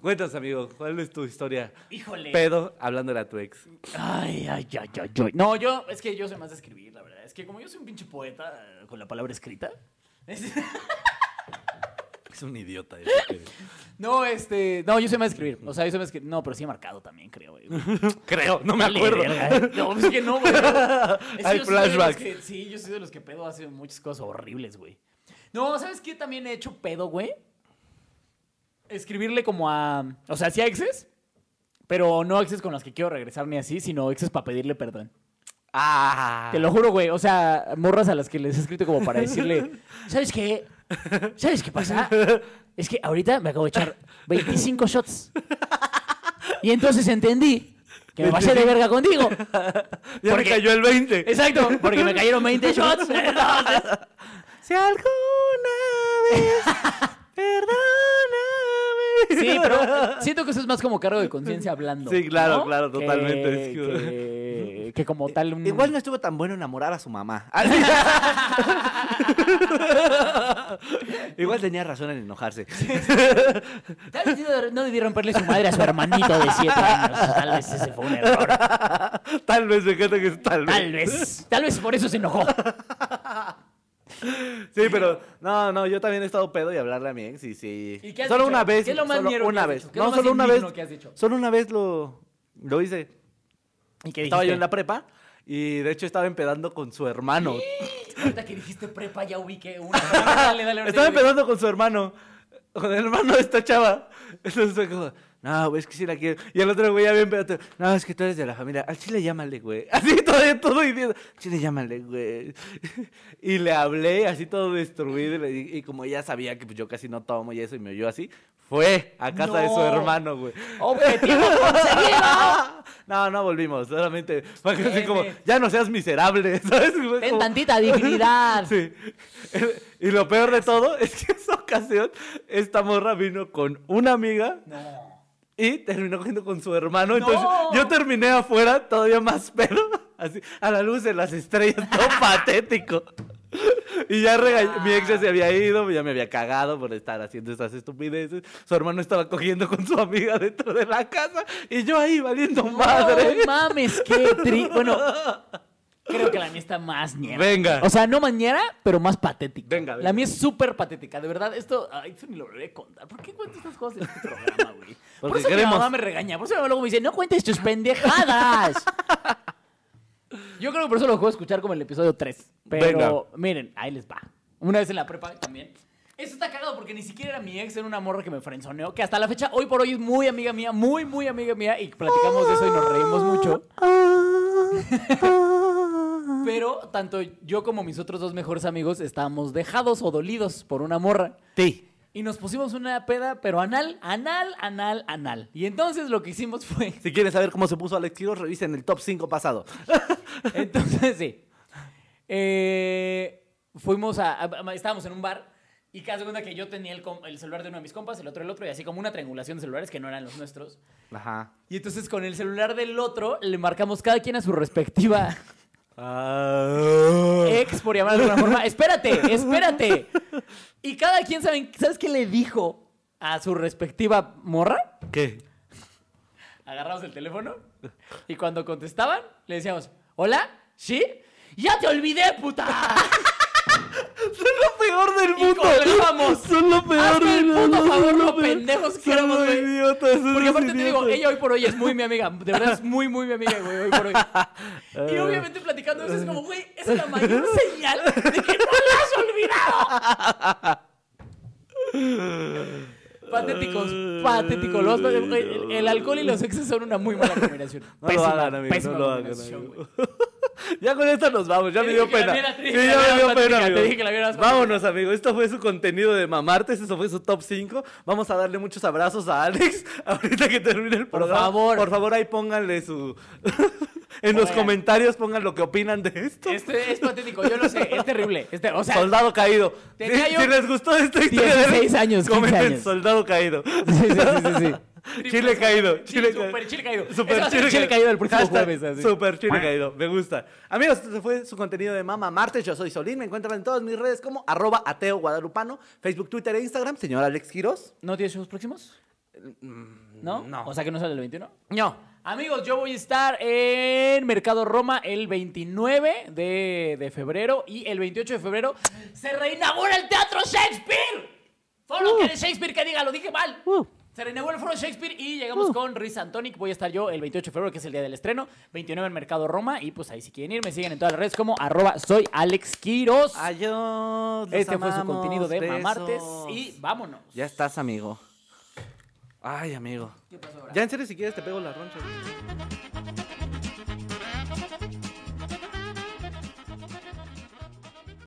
[SPEAKER 1] Cuéntanos, amigo, ¿cuál es tu historia?
[SPEAKER 2] Híjole.
[SPEAKER 1] Pedo hablándole a tu ex.
[SPEAKER 2] Ay, ay, ay, ay, ay. No, yo, es que yo sé más de escribir, la verdad. Es que como yo soy un pinche poeta eh, con la palabra escrita. es-
[SPEAKER 1] Es un idiota.
[SPEAKER 3] No, este.
[SPEAKER 2] No, yo sé más de escribir. O sea, yo sé más escribir. No, pero sí he marcado también, creo. güey.
[SPEAKER 1] Creo, no me
[SPEAKER 2] Vale,
[SPEAKER 1] acuerdo.
[SPEAKER 2] verga, eh. No, es que no, güey. Es
[SPEAKER 1] Hay
[SPEAKER 2] que yo soy de los
[SPEAKER 1] flashbacks.
[SPEAKER 2] que- sí, yo soy de los que pedo hace muchas cosas horribles, güey. No, ¿sabes qué? También he hecho pedo, güey. Escribirle como a. O sea, sí a exes, pero no exes con las que quiero regresar ni así, sino exes para pedirle perdón.
[SPEAKER 1] Ah.
[SPEAKER 3] Te lo juro, güey. O sea, morras a las que les he escrito como para decirle.
[SPEAKER 2] ¿Sabes qué? ¿Sabes qué pasa? Es que ahorita me acabo de echar 25 shots. Y entonces entendí que me pasé de verga contigo.
[SPEAKER 1] Ya me
[SPEAKER 2] Porque-
[SPEAKER 1] cayó el 20.
[SPEAKER 2] Exacto, porque me cayeron 20 shots. Entonces,
[SPEAKER 1] Si alguna vez. perdóname.
[SPEAKER 3] Sí, pero siento que eso es más como cargo de conciencia hablando.
[SPEAKER 1] Sí, claro,
[SPEAKER 3] ¿no?
[SPEAKER 1] claro,
[SPEAKER 3] Que-
[SPEAKER 1] totalmente. Es que-
[SPEAKER 3] Que, que como tal. un-
[SPEAKER 1] Igual no estuvo tan bueno enamorar a su mamá. Ah, Igual tenía razón en enojarse.
[SPEAKER 2] Tal vez no- no debí romperle su madre a su hermanito de 7 años. Tal vez ese fue un error.
[SPEAKER 1] Tal vez, me encanta que es tal vez.
[SPEAKER 2] Tal vez. Tal vez por eso se enojó.
[SPEAKER 1] Sí, pero no, no, yo también he estado pedo y hablarle a mi ex y sí.
[SPEAKER 2] ¿Y qué has
[SPEAKER 1] solo
[SPEAKER 2] dicho?
[SPEAKER 1] una vez.
[SPEAKER 2] ¿Qué es lo más
[SPEAKER 1] solo
[SPEAKER 2] ñero que
[SPEAKER 1] una
[SPEAKER 2] has
[SPEAKER 1] vez.
[SPEAKER 2] dicho? ¿Qué es
[SPEAKER 1] No,
[SPEAKER 2] lo más
[SPEAKER 1] solo una vez.
[SPEAKER 2] indigno que has dicho?
[SPEAKER 1] Solo una vez lo, lo hice.
[SPEAKER 2] ¿Y qué
[SPEAKER 1] Estaba yo en
[SPEAKER 2] dijiste?
[SPEAKER 1] la prepa y de hecho estaba empedando con su hermano.
[SPEAKER 2] Ahorita que dijiste prepa ya ubiqué una. Dale, dale, ahorita
[SPEAKER 1] Estaba
[SPEAKER 2] ya ubiqué.
[SPEAKER 1] empedando con su hermano. Con el hermano de esta chava. Entonces fue como, no, güey, es que sí la quiero. Y el otro güey ya bien pedo. No, es que tú eres de la familia. Al chile llámale, güey. Así todavía todo idiota. Al chile llámale, güey. Y le hablé así todo destruido. Y, le di- y como ya sabía que pues, yo casi no tomo y eso y me oyó así, fue a casa de su
[SPEAKER 2] No.
[SPEAKER 1] hermano, güey.
[SPEAKER 2] Objetivo conseguido.
[SPEAKER 1] No, no volvimos. Solamente fue así
[SPEAKER 2] Créeme.
[SPEAKER 1] como, ya no seas miserable, ¿sabes? Fue
[SPEAKER 2] Ten
[SPEAKER 1] como-
[SPEAKER 2] tantita dignidad.
[SPEAKER 1] Sí. Y lo peor de todo es que esa ocasión esta morra vino con una amiga
[SPEAKER 2] No.
[SPEAKER 1] y terminó cogiendo con su hermano. Entonces
[SPEAKER 2] ¡No!
[SPEAKER 1] yo terminé afuera todavía más pedo, así a la luz de las estrellas, todo patético. Y ya rega- mi ex ya se había ido, ya me había cagado por estar haciendo esas estupideces. Su hermano estaba cogiendo con su amiga dentro de la casa y yo ahí valiendo madre.
[SPEAKER 2] No mames, qué tri... Bueno, creo que la mía está más ñera.
[SPEAKER 1] Venga.
[SPEAKER 2] O sea, no mañera, pero más patética.
[SPEAKER 1] Venga, venga.
[SPEAKER 2] La mía es súper patética. De verdad, esto... Ay, esto ni lo volveré a contar. ¿Por qué cuento estas cosas en este programa, güey? Por
[SPEAKER 1] Porque
[SPEAKER 2] eso
[SPEAKER 1] queremos.
[SPEAKER 2] mi mamá me regaña. Por eso mi mamá luego me dice, no cuentes tus pendejadas. Yo creo que por eso lo juego a escuchar como en el episodio 3. Pero miren, ahí les va. Una vez en la prepa también. Eso está cagado porque ni siquiera era mi ex, era una morra que me frenzoneó, que hasta la fecha, hoy por hoy, es muy amiga mía, muy, muy amiga mía, y platicamos de eso y nos
[SPEAKER 1] Ah.
[SPEAKER 2] reímos mucho. Pero tanto yo como mis otros dos mejores amigos estábamos dejados o dolidos por una morra.
[SPEAKER 1] Sí.
[SPEAKER 2] Y nos pusimos una peda, pero anal, anal, anal, anal. Y entonces lo que hicimos fue...
[SPEAKER 1] Si quieren saber cómo se puso Alex Quiroz, revisen el top 5 pasado.
[SPEAKER 2] Entonces, sí. Eh, fuimos a, a- a- Estábamos en un bar y cada segunda que yo tenía el, com- el celular de uno de mis compas, el otro el otro, y así como una triangulación de celulares que no eran los nuestros.
[SPEAKER 1] Ajá.
[SPEAKER 2] Y entonces con el celular del otro le marcamos cada quien a su respectiva
[SPEAKER 1] Ah.
[SPEAKER 2] ex, por llamar de alguna forma. ¡Espérate! ¡Espérate! Y cada quien, saben, ¿sabes qué le dijo a su respectiva morra?
[SPEAKER 1] ¿Qué?
[SPEAKER 2] agarramos el teléfono y cuando contestaban, le decíamos, ¿hola? ¿Sí? ¡Ya te olvidé, puta!
[SPEAKER 1] Son lo peor del
[SPEAKER 2] Y
[SPEAKER 1] mundo.
[SPEAKER 2] colgábamos.
[SPEAKER 1] Son lo peor
[SPEAKER 2] Hazme el
[SPEAKER 1] del mundo.
[SPEAKER 2] puto favor,
[SPEAKER 1] son
[SPEAKER 2] lo
[SPEAKER 1] peor.
[SPEAKER 2] pendejos que
[SPEAKER 1] Son
[SPEAKER 2] éramos,
[SPEAKER 1] lo
[SPEAKER 2] güey.
[SPEAKER 1] idiotas. son
[SPEAKER 2] Porque
[SPEAKER 1] los
[SPEAKER 2] aparte te digo,
[SPEAKER 1] idiotas.
[SPEAKER 2] ella hoy por hoy es muy mi amiga. De verdad es muy, muy mi amiga, güey, hoy por hoy. Y
[SPEAKER 1] Eh.
[SPEAKER 2] obviamente platicando eso es como, güey, es la mayor señal de que no la has olvidado. Patéticos, patéticos. Los- el, el alcohol y los exes son una muy mala combinación.
[SPEAKER 1] No lo hagan, amigo, no lo hagan,
[SPEAKER 2] combinación,
[SPEAKER 1] amigo.
[SPEAKER 2] güey.
[SPEAKER 1] Ya con esto nos vamos, ya
[SPEAKER 2] Te
[SPEAKER 1] me
[SPEAKER 2] dije
[SPEAKER 1] dio
[SPEAKER 2] que la
[SPEAKER 1] pena.
[SPEAKER 2] viera, te
[SPEAKER 1] Sí,
[SPEAKER 2] dije que la
[SPEAKER 1] ya me
[SPEAKER 2] viera
[SPEAKER 1] dio
[SPEAKER 2] fantástica,
[SPEAKER 1] pena,
[SPEAKER 2] te
[SPEAKER 1] amigo.
[SPEAKER 2] dije que la vieras
[SPEAKER 1] Vámonos, amigos. Esto fue su contenido de mamartes, eso fue su top 5. Vamos a darle muchos abrazos a Alex ahorita que termine el programa.
[SPEAKER 5] favor.
[SPEAKER 1] Por favor, ahí pónganle su... en los
[SPEAKER 2] Oigan.
[SPEAKER 1] comentarios pongan lo que opinan de esto.
[SPEAKER 2] Este es patético, yo lo sé, es terrible. Este, o sea,
[SPEAKER 1] soldado caído.
[SPEAKER 2] te
[SPEAKER 1] Si,
[SPEAKER 2] cayó-
[SPEAKER 1] si les gustó esta historia,
[SPEAKER 5] 16 años, 15
[SPEAKER 1] comenten
[SPEAKER 5] años.
[SPEAKER 1] soldado caído.
[SPEAKER 5] Sí, sí, sí, sí, sí.
[SPEAKER 2] triple-
[SPEAKER 1] Chile caído.
[SPEAKER 2] Sí,
[SPEAKER 1] Chile
[SPEAKER 2] super
[SPEAKER 1] caído.
[SPEAKER 2] chile caído.
[SPEAKER 1] Super
[SPEAKER 2] Eso va a ser
[SPEAKER 1] chile, Ah.
[SPEAKER 5] chile caído el próximo
[SPEAKER 1] Hashtag
[SPEAKER 5] jueves, así.
[SPEAKER 1] Super chile caído. Me gusta. Amigos, este fue su contenido de Mama Martes. Yo soy Solín. Me encuentran en todas mis redes como arroba ateo guadalupano, Facebook, Twitter e Instagram. Señor Alex Quiroz.
[SPEAKER 2] ¿No tienes shows próximos? ¿No?
[SPEAKER 1] Mm, no.
[SPEAKER 2] O sea que no sale el 21.
[SPEAKER 1] No.
[SPEAKER 2] Amigos, yo voy a estar en Mercado Roma el 29 de, de febrero y el 28 de febrero se reinaugura el Teatro Shakespeare.
[SPEAKER 1] Uh.
[SPEAKER 2] Solo que de Shakespeare que diga, lo dije mal.
[SPEAKER 5] Uh.
[SPEAKER 2] Se reinaugura el Foro Shakespeare y llegamos
[SPEAKER 1] Uh.
[SPEAKER 2] con Riz Antonic. Voy a estar yo el 28 de febrero, que es el día del estreno. 29 en Mercado Roma. Y pues ahí si quieren ir, me siguen en todas las redes como arroba soy Alex Quiroz.
[SPEAKER 1] Adiós. los
[SPEAKER 2] Este fue su
[SPEAKER 1] amamos,
[SPEAKER 2] contenido de
[SPEAKER 1] besos.
[SPEAKER 2] Mamartes y vámonos.
[SPEAKER 1] Ya estás, amigo. Ay, amigo.
[SPEAKER 2] ¿Qué pasó ahora?
[SPEAKER 1] Ya en serio, si quieres, te pego la roncha. güey.